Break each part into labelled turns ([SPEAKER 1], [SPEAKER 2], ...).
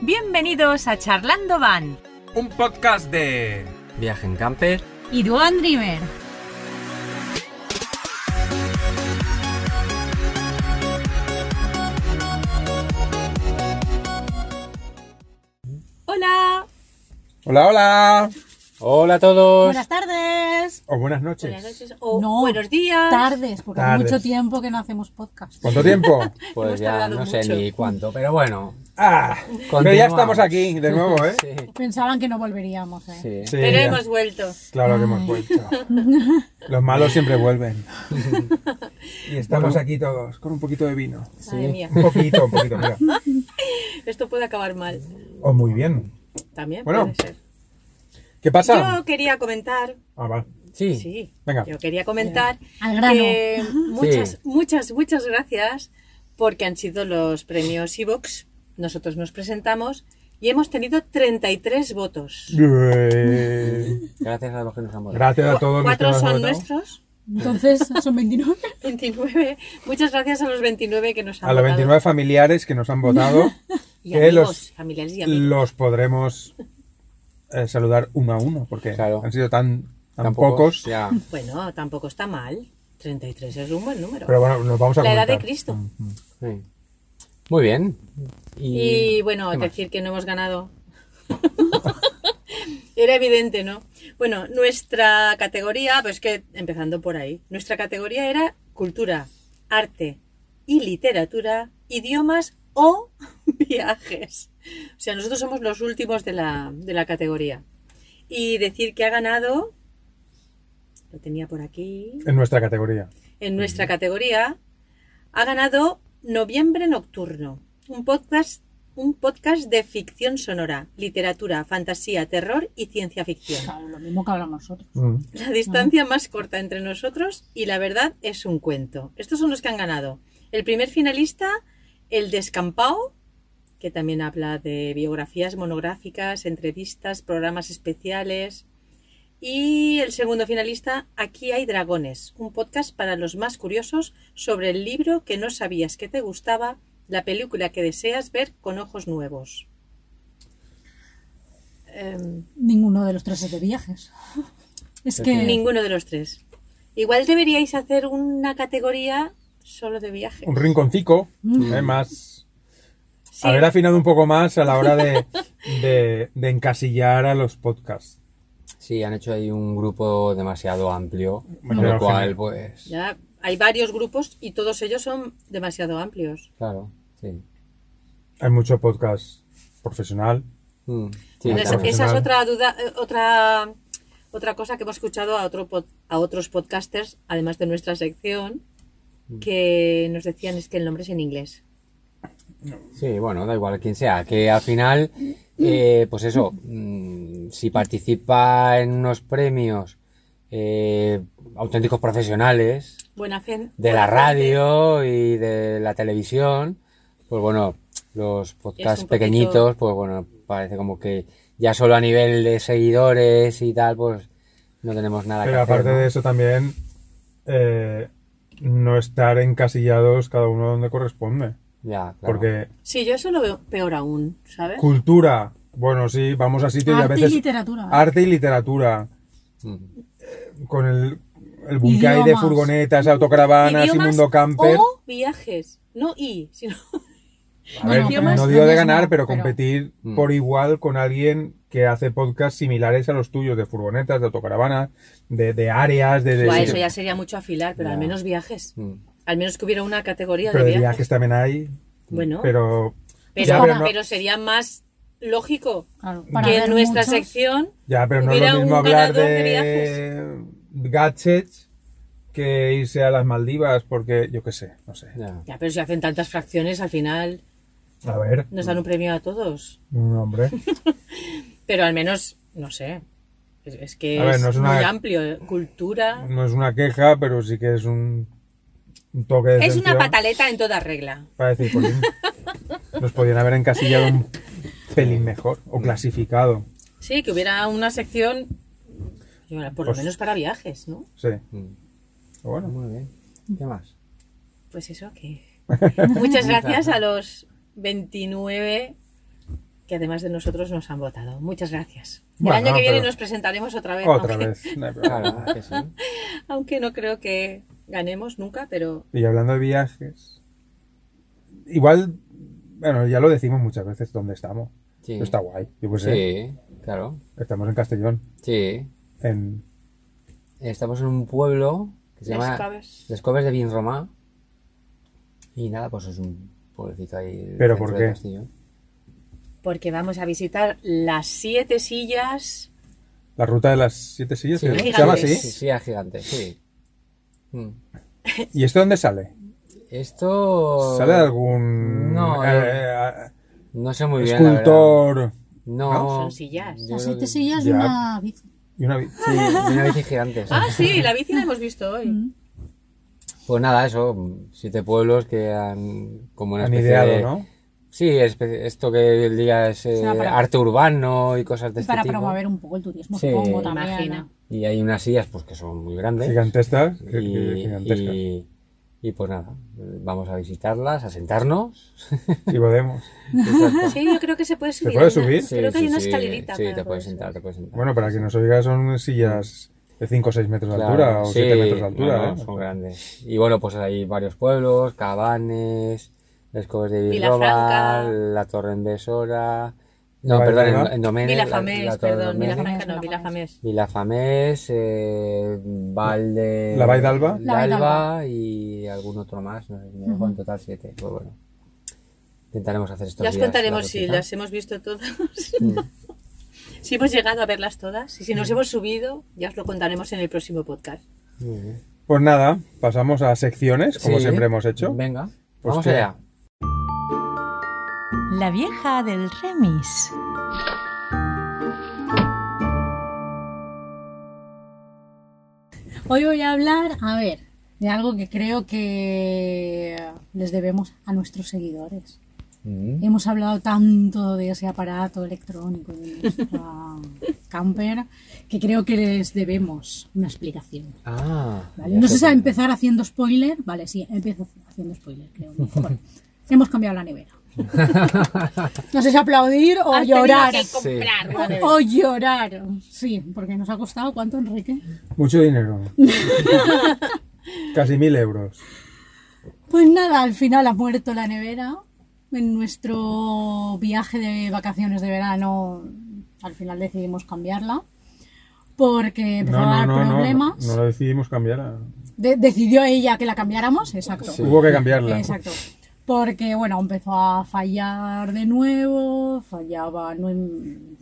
[SPEAKER 1] Bienvenidos a Charlando Van
[SPEAKER 2] Un podcast de...
[SPEAKER 3] Viaje en camper.
[SPEAKER 1] y Duan Dreamer. Hola,
[SPEAKER 2] Hola, hola.
[SPEAKER 3] Hola a todos.
[SPEAKER 4] Buenas tardes.
[SPEAKER 2] O Oh, buenas noches.
[SPEAKER 1] o
[SPEAKER 4] No,
[SPEAKER 1] buenos días.
[SPEAKER 4] Tardes, porque hace
[SPEAKER 2] Tardes.
[SPEAKER 4] mucho tiempo que no hacemos podcast.
[SPEAKER 2] ¿Cuánto tiempo?
[SPEAKER 3] Pues
[SPEAKER 1] Hemos
[SPEAKER 3] ya
[SPEAKER 1] tardado
[SPEAKER 3] no sé
[SPEAKER 1] mucho.
[SPEAKER 3] ni cuánto, pero bueno.
[SPEAKER 2] Ah, pero ya
[SPEAKER 3] Continuamos.
[SPEAKER 2] estamos aquí de nuevo, ¿eh?
[SPEAKER 3] Sí,
[SPEAKER 4] Pensaban que no volveríamos, ¿eh?
[SPEAKER 3] sí.
[SPEAKER 2] Sí,
[SPEAKER 1] Pero
[SPEAKER 2] ya.
[SPEAKER 1] hemos vuelto.
[SPEAKER 2] Claro que hemos vuelto. Los malos siempre vuelven. Y estamos aquí todos con un poquito de vino.
[SPEAKER 1] Madre mía,
[SPEAKER 2] Un poquito, un poquito, mira.
[SPEAKER 1] esto puede acabar mal.
[SPEAKER 2] O muy bien.
[SPEAKER 1] También
[SPEAKER 2] Bueno,
[SPEAKER 1] puede ser.
[SPEAKER 2] ¿Qué pasa?
[SPEAKER 1] Yo quería comentar,
[SPEAKER 2] Ah, va.
[SPEAKER 3] Sí.
[SPEAKER 1] sí,
[SPEAKER 2] Venga.
[SPEAKER 1] yo quería comentar
[SPEAKER 4] Al grano.
[SPEAKER 1] que muchas,
[SPEAKER 3] Sí.
[SPEAKER 1] muchas, muchas gracias porque han sido los premios Evox. Nosotros nos presentamos y hemos tenido 33 votos.
[SPEAKER 2] Eh,
[SPEAKER 3] Gracias a los que nos han votado.
[SPEAKER 2] Gracias a todos los que
[SPEAKER 1] Cuatro
[SPEAKER 2] nos han
[SPEAKER 1] son
[SPEAKER 2] votado.
[SPEAKER 1] nuestros,
[SPEAKER 4] Entonces, son 29.
[SPEAKER 1] 29. Muchas gracias a los 29 que nos han
[SPEAKER 2] A los
[SPEAKER 1] votado.
[SPEAKER 2] 29 familiares que nos han votado,
[SPEAKER 1] y
[SPEAKER 2] que
[SPEAKER 1] amigos,
[SPEAKER 2] los,
[SPEAKER 1] familiares y amigos.
[SPEAKER 2] los podremos eh, saludar uno a uno, porque
[SPEAKER 3] Claro.
[SPEAKER 2] han sido tan, tan
[SPEAKER 3] Tampoco,
[SPEAKER 2] pocos.
[SPEAKER 3] Ya.
[SPEAKER 1] Bueno, tampoco está mal. 33 es un buen número.
[SPEAKER 2] Pero bueno, nos vamos a
[SPEAKER 1] La edad de
[SPEAKER 2] comentar.
[SPEAKER 1] Cristo.
[SPEAKER 2] Mm, mm.
[SPEAKER 3] Sí. Muy bien. Y,
[SPEAKER 1] Y bueno, decir que no hemos ganado. Era evidente, ¿no? Bueno, nuestra categoría, pues que empezando por ahí, nuestra categoría era cultura, arte y literatura, idiomas o viajes. O sea, nosotros somos los últimos de la, de la categoría. Y decir que ha ganado, lo tenía por aquí,
[SPEAKER 2] En nuestra categoría.
[SPEAKER 1] en nuestra categoría, ha ganado Noviembre Nocturno, un podcast, un podcast de ficción sonora, literatura, fantasía, terror y ciencia ficción.
[SPEAKER 4] Claro, lo mismo que hablamos nosotros.
[SPEAKER 2] Mm.
[SPEAKER 1] La distancia más corta entre nosotros y la verdad es un cuento. Estos son los que han ganado. El primer finalista, El Descampao, que también habla de biografías monográficas, entrevistas, programas especiales. Y el segundo finalista, Aquí hay dragones, un podcast para los más curiosos sobre el libro que no sabías que te gustaba, la película que deseas ver con ojos nuevos. Em,
[SPEAKER 4] Ninguno de los tres es de viajes. Es que.
[SPEAKER 1] Ninguno de los tres. Igual deberíais hacer una categoría solo de viaje.
[SPEAKER 2] Un rinconcico,
[SPEAKER 3] Mm.
[SPEAKER 2] eh, más.
[SPEAKER 1] Sí,
[SPEAKER 2] Haber afinado un poco más a la hora de, de- de encasillar a los podcasts.
[SPEAKER 3] sí, han hecho ahí un grupo demasiado amplio. con
[SPEAKER 2] Bueno, pero
[SPEAKER 3] lo cual,
[SPEAKER 2] genial.
[SPEAKER 3] pues.
[SPEAKER 1] ya hay varios grupos y todos ellos son demasiado amplios.
[SPEAKER 3] Claro. Sí.
[SPEAKER 2] Hay mucho podcast profesional.
[SPEAKER 3] Mm, sí,
[SPEAKER 1] Esa,
[SPEAKER 3] claro.
[SPEAKER 2] también.
[SPEAKER 1] esa es otra duda, eh, otra otra cosa que hemos escuchado a otro pod- a otros podcasters, además de nuestra sección,
[SPEAKER 3] Mm.
[SPEAKER 1] que nos decían es que el nombre es en inglés.
[SPEAKER 3] Sí, bueno, da igual quien sea, que al final, eh, pues eso, mm, si participa en unos premios eh, auténticos profesionales
[SPEAKER 1] Buena fe.
[SPEAKER 3] de
[SPEAKER 1] buena
[SPEAKER 3] la
[SPEAKER 1] fe.
[SPEAKER 3] radio y de la televisión, pues bueno, los
[SPEAKER 1] Es
[SPEAKER 3] podcasts
[SPEAKER 1] un poquito-
[SPEAKER 3] pequeñitos, pues bueno, parece como que ya solo a nivel de seguidores y tal, pues no tenemos nada que
[SPEAKER 2] Pero
[SPEAKER 3] hacer.
[SPEAKER 2] aparte
[SPEAKER 3] ¿no?
[SPEAKER 2] de eso también, eh, no estar encasillados cada uno donde corresponde.
[SPEAKER 3] Ya, claro.
[SPEAKER 2] Porque
[SPEAKER 1] Sí, yo eso lo veo peor aún, ¿sabes?
[SPEAKER 2] cultura, bueno, sí, vamos a sitios y a
[SPEAKER 4] Arte y
[SPEAKER 2] veces...
[SPEAKER 4] literatura.
[SPEAKER 1] Ah,
[SPEAKER 2] Arte y literatura. eh,
[SPEAKER 3] Mm,
[SPEAKER 2] Con el, el boom que hay de
[SPEAKER 4] Idiomas.
[SPEAKER 2] furgonetas, autocaravanas y
[SPEAKER 1] Idiomas
[SPEAKER 2] mundo camper.
[SPEAKER 1] O viajes, no y, sino
[SPEAKER 2] A ver,
[SPEAKER 4] idiomas
[SPEAKER 2] no
[SPEAKER 4] no
[SPEAKER 2] digo de
[SPEAKER 4] es
[SPEAKER 2] ganar,
[SPEAKER 4] nada,
[SPEAKER 2] pero
[SPEAKER 4] pero-
[SPEAKER 2] competir
[SPEAKER 3] Mm.
[SPEAKER 2] por igual con alguien que hace podcasts similares a los tuyos, de furgonetas, de autocaravanas, de, de áreas, de... de-
[SPEAKER 1] Buah, eso ya sería mucho afilar, pero
[SPEAKER 3] Ya.
[SPEAKER 1] al menos viajes.
[SPEAKER 3] mm.
[SPEAKER 1] Al menos que hubiera una categoría
[SPEAKER 2] Pero
[SPEAKER 1] de
[SPEAKER 2] de
[SPEAKER 1] viajes.
[SPEAKER 2] viajes también hay.
[SPEAKER 1] Bueno, pero,
[SPEAKER 2] Pero...
[SPEAKER 1] pero,
[SPEAKER 2] ya, pero no-
[SPEAKER 1] sería más lógico
[SPEAKER 4] Claro, para
[SPEAKER 1] que
[SPEAKER 4] ver
[SPEAKER 1] en nuestra
[SPEAKER 4] muchos-
[SPEAKER 1] sección
[SPEAKER 2] Ya, pero no es
[SPEAKER 1] Hubiera
[SPEAKER 2] lo mismo
[SPEAKER 1] un
[SPEAKER 2] hablar
[SPEAKER 1] ganador de
[SPEAKER 2] de gadgets que irse a las Maldivas, porque yo qué sé, no sé.
[SPEAKER 3] Ya.
[SPEAKER 1] Ya, pero si hacen tantas fracciones, al final
[SPEAKER 2] A ver,
[SPEAKER 1] nos dan un premio a todos.
[SPEAKER 2] un hombre.
[SPEAKER 1] Pero al menos, no sé. Es, es que
[SPEAKER 2] A ver,
[SPEAKER 1] es,
[SPEAKER 2] no es una-
[SPEAKER 1] muy amplio. eh, Cultura.
[SPEAKER 2] No es una queja, pero sí que es un, un toque de
[SPEAKER 1] Es una
[SPEAKER 2] excepción
[SPEAKER 1] pataleta en toda regla.
[SPEAKER 2] Para decir, "Jolín, nos podían haber encasillado un pelín mejor o clasificado.
[SPEAKER 1] Sí, que hubiera una sección, yo, por
[SPEAKER 2] Pues-
[SPEAKER 1] lo menos para viajes, ¿no?
[SPEAKER 2] Sí.
[SPEAKER 3] Mm.
[SPEAKER 2] Pero Bueno,
[SPEAKER 3] Muy bien. ¿Qué más?
[SPEAKER 1] Pues eso, que muchas gracias a los 29 que además de nosotros nos han votado. Muchas gracias. El
[SPEAKER 2] Bueno,
[SPEAKER 1] año que viene
[SPEAKER 2] pero-
[SPEAKER 1] nos presentaremos otra vez.
[SPEAKER 2] Otra
[SPEAKER 1] aunque,
[SPEAKER 2] vez. No hay problema.
[SPEAKER 3] Claro, Ah, que sí.
[SPEAKER 1] aunque no creo que ganemos nunca, pero
[SPEAKER 2] Y hablando de viajes, igual, bueno, ya lo decimos muchas veces dónde estamos.
[SPEAKER 3] Sí.
[SPEAKER 2] Pero está guay. Yo pues sé,
[SPEAKER 3] Sí, claro.
[SPEAKER 2] estamos en Castellón,
[SPEAKER 3] Sí.
[SPEAKER 2] en
[SPEAKER 3] Estamos en un pueblo que se
[SPEAKER 1] Les
[SPEAKER 3] llama
[SPEAKER 1] Coves.
[SPEAKER 3] Les Coves de Vinromá. Y nada, pues es un pueblecito ahí. del
[SPEAKER 2] ¿Pero
[SPEAKER 3] centro
[SPEAKER 2] por
[SPEAKER 3] de
[SPEAKER 2] qué?
[SPEAKER 3] Castellón.
[SPEAKER 1] porque vamos a visitar las siete sillas.
[SPEAKER 2] la ruta de las siete sillas.
[SPEAKER 3] Sí.
[SPEAKER 2] ¿no? ¿Se llama
[SPEAKER 1] Gigantes.
[SPEAKER 2] así?
[SPEAKER 3] Sí, sí, a gigante, sí. Mm.
[SPEAKER 2] ¿Y esto dónde sale?
[SPEAKER 3] Esto.
[SPEAKER 2] ¿Sale de algún
[SPEAKER 3] Oh. No,
[SPEAKER 2] eh,
[SPEAKER 3] no.
[SPEAKER 2] eh,
[SPEAKER 3] No sé muy bien. la
[SPEAKER 2] escultor?
[SPEAKER 3] verdad. No.
[SPEAKER 1] Son sillas.
[SPEAKER 3] yo
[SPEAKER 4] Las
[SPEAKER 3] creo
[SPEAKER 4] siete
[SPEAKER 3] que-
[SPEAKER 4] sillas
[SPEAKER 2] Ya.
[SPEAKER 4] de una bici. pues
[SPEAKER 2] Y una vi-
[SPEAKER 3] Sí, de una bici gigante. sí. Mm.
[SPEAKER 1] Ah, sí, la bici la hemos visto hoy.
[SPEAKER 3] Pues nada, eso. Siete pueblos que han. Como una
[SPEAKER 2] han
[SPEAKER 3] especie
[SPEAKER 2] ideado,
[SPEAKER 3] de-
[SPEAKER 2] ¿no?
[SPEAKER 3] Sí, espe- esto que el día es eh,
[SPEAKER 4] sea, para-
[SPEAKER 3] arte urbano y cosas de
[SPEAKER 4] Y
[SPEAKER 3] este
[SPEAKER 4] para
[SPEAKER 3] tipo.
[SPEAKER 4] promover un poco el turismo,
[SPEAKER 3] Sí.
[SPEAKER 4] supongo, también.
[SPEAKER 1] Imagino.
[SPEAKER 4] ¿no?
[SPEAKER 3] Y hay unas sillas pues que son muy grandes.
[SPEAKER 2] Gigantescas. eh,
[SPEAKER 3] Y,
[SPEAKER 2] que- que- gigantescas. Y...
[SPEAKER 3] y- y, pues nada, vamos a visitarlas, a sentarnos.
[SPEAKER 2] podemos.
[SPEAKER 1] Sí, yo creo que se puede subir.
[SPEAKER 2] puede
[SPEAKER 1] Hay una-
[SPEAKER 2] subir?
[SPEAKER 3] Sí,
[SPEAKER 1] creo que hay
[SPEAKER 3] sí,
[SPEAKER 1] una
[SPEAKER 3] sí,
[SPEAKER 1] escalerita.
[SPEAKER 3] Sí,
[SPEAKER 1] para
[SPEAKER 3] te
[SPEAKER 1] poder
[SPEAKER 3] puedes
[SPEAKER 1] subir.
[SPEAKER 3] sentar, te puedes sentar.
[SPEAKER 2] Bueno, para quien nos oiga son sillas de 5 o 6 metros de
[SPEAKER 3] Claro,
[SPEAKER 2] altura o
[SPEAKER 3] sí,
[SPEAKER 2] 7 metros de altura.
[SPEAKER 3] no, no,
[SPEAKER 2] ¿eh?
[SPEAKER 3] son grandes. Y bueno, pues hay varios pueblos, Cabanes, Las Coves de
[SPEAKER 1] Vilafranca.
[SPEAKER 3] Villarroba, La Torre Envesora, no,
[SPEAKER 2] Vale,
[SPEAKER 3] perdón,
[SPEAKER 2] ¿verdad?
[SPEAKER 3] en, en Doménez, la-
[SPEAKER 1] Vilafamés,
[SPEAKER 3] la Torre
[SPEAKER 1] perdón,
[SPEAKER 3] Doménez.
[SPEAKER 1] Vilafranca no, Vilafamés.
[SPEAKER 3] Vilafamés, eh, Valde...
[SPEAKER 2] ¿La Vall d'Alba?
[SPEAKER 4] La Vall
[SPEAKER 3] D'Alba y algún otro más, no sé, me dejo en total siete, pues bueno. Intentaremos hacer esto.
[SPEAKER 1] Ya os contaremos si las hemos visto todas.
[SPEAKER 2] Mm.
[SPEAKER 1] si hemos llegado a verlas todas y si nos hemos subido, ya os lo contaremos en el próximo podcast.
[SPEAKER 2] Pues nada, pasamos a secciones, como siempre hemos hecho.
[SPEAKER 3] Venga,
[SPEAKER 2] Pues
[SPEAKER 3] vamos
[SPEAKER 2] que-
[SPEAKER 3] allá.
[SPEAKER 5] La vieja del remis.
[SPEAKER 4] Hoy voy a hablar, a ver, de algo que creo que les debemos a nuestros seguidores.
[SPEAKER 3] Mm.
[SPEAKER 4] Hemos hablado tanto de ese aparato electrónico, de nuestra camper, que creo que les debemos una explicación.
[SPEAKER 3] Ah,
[SPEAKER 4] ¿vale?
[SPEAKER 3] ya
[SPEAKER 4] No sé si a
[SPEAKER 3] cómo.
[SPEAKER 4] empezar haciendo spoiler. Vale, sí, empiezo haciendo spoiler, creo. Mejor. Hemos cambiado la nevera. No sé si aplaudir o
[SPEAKER 1] Has tenido
[SPEAKER 4] llorar.
[SPEAKER 1] Ah,
[SPEAKER 4] Oh,
[SPEAKER 1] que comprar una nevera.
[SPEAKER 4] O llorar. Sí, porque nos ha costado cuánto, Enrique.
[SPEAKER 2] Mucho dinero. Casi mil euros.
[SPEAKER 4] Pues nada, al final ha muerto la nevera. En nuestro viaje de vacaciones de verano, al final decidimos cambiarla. Porque empezó
[SPEAKER 2] No,
[SPEAKER 4] a
[SPEAKER 2] no,
[SPEAKER 4] dar
[SPEAKER 2] no, no, no.
[SPEAKER 4] problemas.
[SPEAKER 2] No lo decidimos cambiar. a-
[SPEAKER 4] De- decidió ella que la cambiáramos, exacto.
[SPEAKER 2] Hubo que cambiarla.
[SPEAKER 4] Exacto. Porque, bueno, empezó a fallar de nuevo, fallaba, no, en-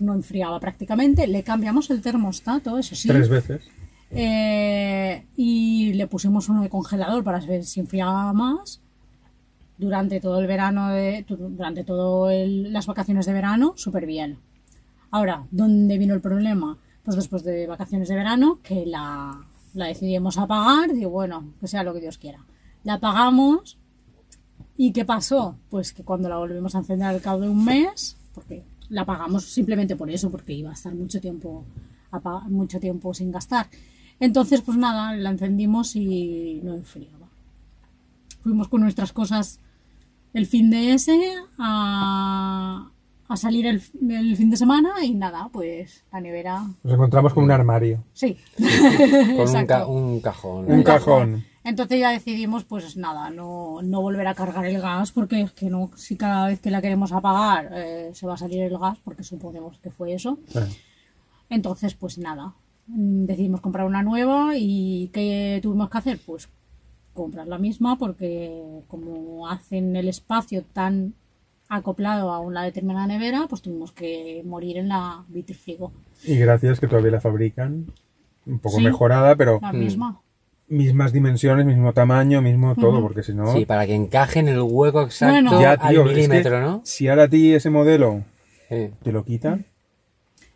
[SPEAKER 4] no enfriaba prácticamente. Le cambiamos el termostato, eso sí.
[SPEAKER 2] Tres veces.
[SPEAKER 4] Eh, y le pusimos uno de congelador para ver si enfriaba más. Durante todo el verano, de, durante todas las vacaciones de verano, súper bien. Ahora, ¿dónde vino el problema? Pues después de vacaciones de verano, que la, la decidimos apagar, y bueno, que sea lo que Dios quiera. La apagamos, ¿y qué pasó? Pues que cuando la volvimos a encender al cabo de un mes, porque la apagamos simplemente por eso, porque iba a estar mucho tiempo, apa- mucho tiempo sin gastar. Entonces, pues nada, la encendimos y no enfriaba. Fuimos con nuestras cosas el fin de ese a, a salir el, el fin de semana y nada, pues la nevera.
[SPEAKER 2] Nos encontramos con un armario.
[SPEAKER 4] Sí.
[SPEAKER 3] Con un,
[SPEAKER 4] Exacto.
[SPEAKER 3] ca- un cajón.
[SPEAKER 2] Un cajón.
[SPEAKER 4] Entonces ya decidimos, pues nada, no, no volver a cargar el gas porque es que no, si cada vez que la queremos apagar eh, se va a salir el gas, porque suponemos que fue eso.
[SPEAKER 2] Sí.
[SPEAKER 4] Entonces, pues nada, mm, decidimos comprar una nueva y ¿qué tuvimos que hacer? Pues comprar la misma porque como hacen el espacio tan acoplado a una determinada nevera, pues tuvimos que morir en la vitrifigo,
[SPEAKER 2] Y gracias que todavía la fabrican. Un poco
[SPEAKER 4] Sí.
[SPEAKER 2] mejorada, pero
[SPEAKER 4] la misma.
[SPEAKER 2] mismas dimensiones, mismo tamaño, mismo todo, porque si no.
[SPEAKER 3] Sí, para que encaje en el hueco exacto
[SPEAKER 4] Bueno.
[SPEAKER 2] ya, tío,
[SPEAKER 3] al
[SPEAKER 2] es que
[SPEAKER 3] milímetro, ¿no?
[SPEAKER 2] Si ahora a ti ese modelo
[SPEAKER 3] Sí.
[SPEAKER 2] te lo quitan.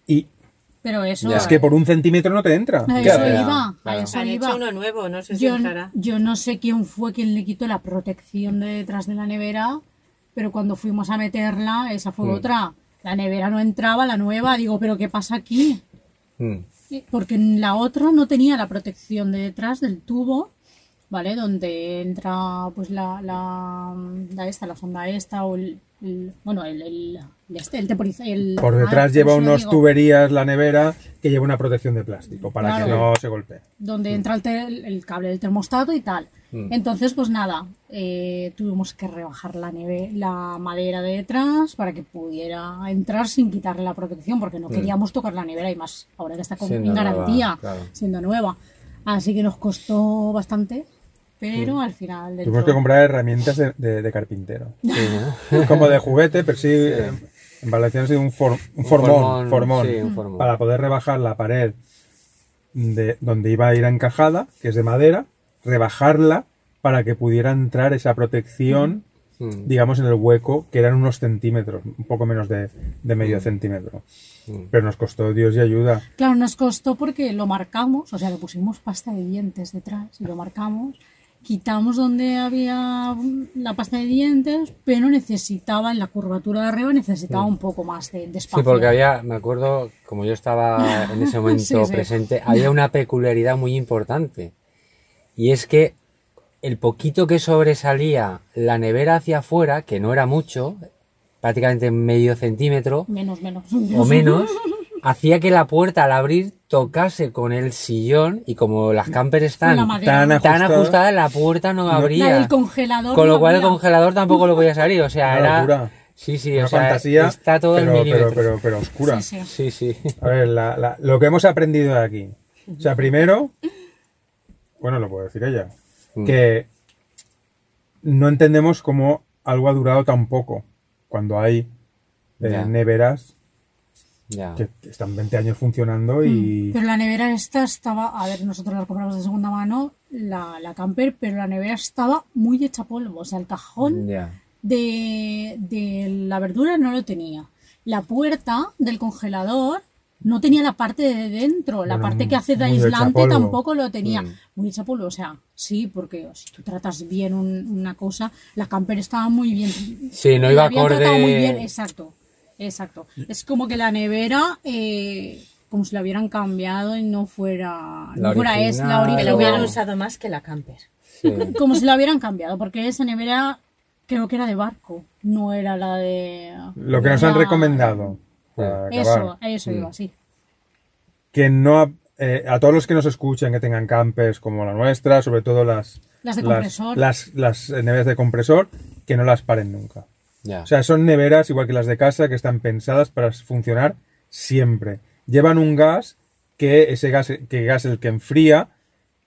[SPEAKER 2] Y
[SPEAKER 4] Pero eso,
[SPEAKER 3] Ya.
[SPEAKER 2] es que por un centímetro no te entra.
[SPEAKER 4] a
[SPEAKER 3] Ya,
[SPEAKER 4] eso
[SPEAKER 3] ya,
[SPEAKER 4] iba, a
[SPEAKER 3] claro.
[SPEAKER 4] eso
[SPEAKER 1] Han
[SPEAKER 4] iba.
[SPEAKER 1] hecho uno nuevo, no sé si
[SPEAKER 4] yo,
[SPEAKER 1] entrará.
[SPEAKER 4] yo no sé quién fue quien le quitó la protección de detrás de la nevera, pero cuando fuimos a meterla, esa
[SPEAKER 2] Mm.
[SPEAKER 4] fue otra. La nevera no entraba, la nueva, digo, pero ¿qué pasa aquí?
[SPEAKER 3] Mm.
[SPEAKER 4] Porque en la otra no tenía la protección de detrás del tubo ¿vale? Donde entra pues la, la, la esta, la sonda esta o el, el- bueno, el, el, el este, el temporiza- el-
[SPEAKER 2] Por
[SPEAKER 4] ah,
[SPEAKER 2] detrás
[SPEAKER 4] pues
[SPEAKER 2] lleva
[SPEAKER 4] no
[SPEAKER 2] unos
[SPEAKER 4] digo,
[SPEAKER 2] tuberías la nevera que lleva una protección de plástico para que
[SPEAKER 4] Claro.
[SPEAKER 2] no se golpee.
[SPEAKER 4] Donde entra el, tel- el cable del termostato y tal.
[SPEAKER 3] Mm.
[SPEAKER 4] Entonces, pues nada, eh, tuvimos que rebajar la neve, la madera de detrás para que pudiera entrar sin quitarle la protección, porque no queríamos tocar la nevera y más ahora que está con
[SPEAKER 3] Mm. Siendo
[SPEAKER 4] en
[SPEAKER 3] nueva,
[SPEAKER 4] garantía,
[SPEAKER 3] claro.
[SPEAKER 4] siendo nueva. Así que nos costó bastante, pero
[SPEAKER 3] Mm.
[SPEAKER 4] al final del
[SPEAKER 2] Tuvimos que
[SPEAKER 4] todo-
[SPEAKER 2] comprar herramientas de, de- de carpintero.
[SPEAKER 3] Sí, ¿no?
[SPEAKER 2] Como de juguete, pero sí, eh, en valenciano ha sido un, for- un formón,
[SPEAKER 3] formón,
[SPEAKER 2] formón.
[SPEAKER 3] sí, un formón.
[SPEAKER 2] Para poder rebajar la pared de donde iba a ir encajada, que es de madera, rebajarla para que pudiera entrar esa protección,
[SPEAKER 3] Mm.
[SPEAKER 2] digamos, en el hueco, que eran unos centímetros, un poco menos de, de
[SPEAKER 3] Mm.
[SPEAKER 2] medio centímetro. Pero nos costó Dios y ayuda.
[SPEAKER 4] Claro, nos costó porque lo marcamos, o sea, le pusimos pasta de dientes detrás y lo marcamos. Quitamos donde había mm, la pasta de dientes, pero necesitaba, en la curvatura de arriba, necesitaba un poco más de, de espacio.
[SPEAKER 3] Sí, porque había, me acuerdo, como yo estaba en ese momento
[SPEAKER 4] Sí, sí.
[SPEAKER 3] presente, había una peculiaridad muy importante. Y es que el poquito que sobresalía la nevera hacia afuera, que no era mucho, prácticamente medio centímetro
[SPEAKER 4] Menos, menos.
[SPEAKER 3] o menos, hacía que la puerta al abrir tocase con el sillón y como las campers están
[SPEAKER 4] La madera.
[SPEAKER 2] Tan
[SPEAKER 4] Tan
[SPEAKER 3] tan
[SPEAKER 2] ajustada.
[SPEAKER 3] ajustadas, la puerta no
[SPEAKER 4] La
[SPEAKER 3] abría.
[SPEAKER 4] del congelador.
[SPEAKER 3] Con lo
[SPEAKER 4] no
[SPEAKER 3] cual el
[SPEAKER 4] había.
[SPEAKER 3] congelador tampoco lo podía salir, o sea,
[SPEAKER 2] Una
[SPEAKER 3] era...
[SPEAKER 2] locura.
[SPEAKER 3] Sí, sí, o
[SPEAKER 2] Una
[SPEAKER 3] sea,
[SPEAKER 2] fantasía,
[SPEAKER 3] está todo
[SPEAKER 2] pero,
[SPEAKER 3] el
[SPEAKER 2] pero,
[SPEAKER 3] milímetro.
[SPEAKER 2] pero, pero oscura.
[SPEAKER 4] Sí, sí.
[SPEAKER 3] Sí, sí.
[SPEAKER 2] A ver, la- la- lo que hemos aprendido de aquí. O sea, primero, bueno, lo puedo decir ella, que no entendemos cómo algo ha durado tan poco cuando hay eh,
[SPEAKER 3] Ya.
[SPEAKER 2] neveras
[SPEAKER 3] Ya.
[SPEAKER 2] que están 20 años funcionando y...
[SPEAKER 4] Pero la nevera esta estaba, a ver, nosotros la compramos de segunda mano, la, la camper, pero la nevera estaba muy hecha polvo. O sea, el cajón
[SPEAKER 3] Ya.
[SPEAKER 4] de, de la verdura no lo tenía. La puerta del congelador no tenía la parte de dentro, la
[SPEAKER 2] Bueno,
[SPEAKER 4] parte que hace de
[SPEAKER 2] muy
[SPEAKER 4] aislante
[SPEAKER 2] echapolvo.
[SPEAKER 4] tampoco lo tenía.
[SPEAKER 3] Mm.
[SPEAKER 4] Muy chapullo, o sea, sí, porque si tú tratas bien un- una cosa, la camper estaba muy bien.
[SPEAKER 3] Sí, no
[SPEAKER 4] la
[SPEAKER 3] iba
[SPEAKER 4] habían
[SPEAKER 3] acorde- Mm.
[SPEAKER 4] tratado muy bien, exacto, exacto. Es como que la nevera, eh, como si la hubieran cambiado y no fuera,
[SPEAKER 3] La
[SPEAKER 4] no fuera es la
[SPEAKER 3] original
[SPEAKER 1] Que la hubieran
[SPEAKER 3] Claro.
[SPEAKER 4] original.
[SPEAKER 1] usado más que la camper.
[SPEAKER 3] Sí.
[SPEAKER 4] Como si la hubieran cambiado, porque esa nevera creo que era de barco, no era la de...
[SPEAKER 2] Lo que nos han
[SPEAKER 4] la-
[SPEAKER 2] recomendado, para
[SPEAKER 4] Eso,
[SPEAKER 2] acabar, Mm.
[SPEAKER 4] a eso iba, sí.
[SPEAKER 2] que no... ha- eh, a todos los que nos escuchen que tengan campers como la nuestra, sobre todo las...
[SPEAKER 4] Las de compresor.
[SPEAKER 2] Las, las neveras de compresor, que no las paren nunca.
[SPEAKER 3] Ya.
[SPEAKER 2] O sea, son neveras igual que las de casa que están pensadas para funcionar siempre. Llevan un gas que ese gas, que gas es el que enfría,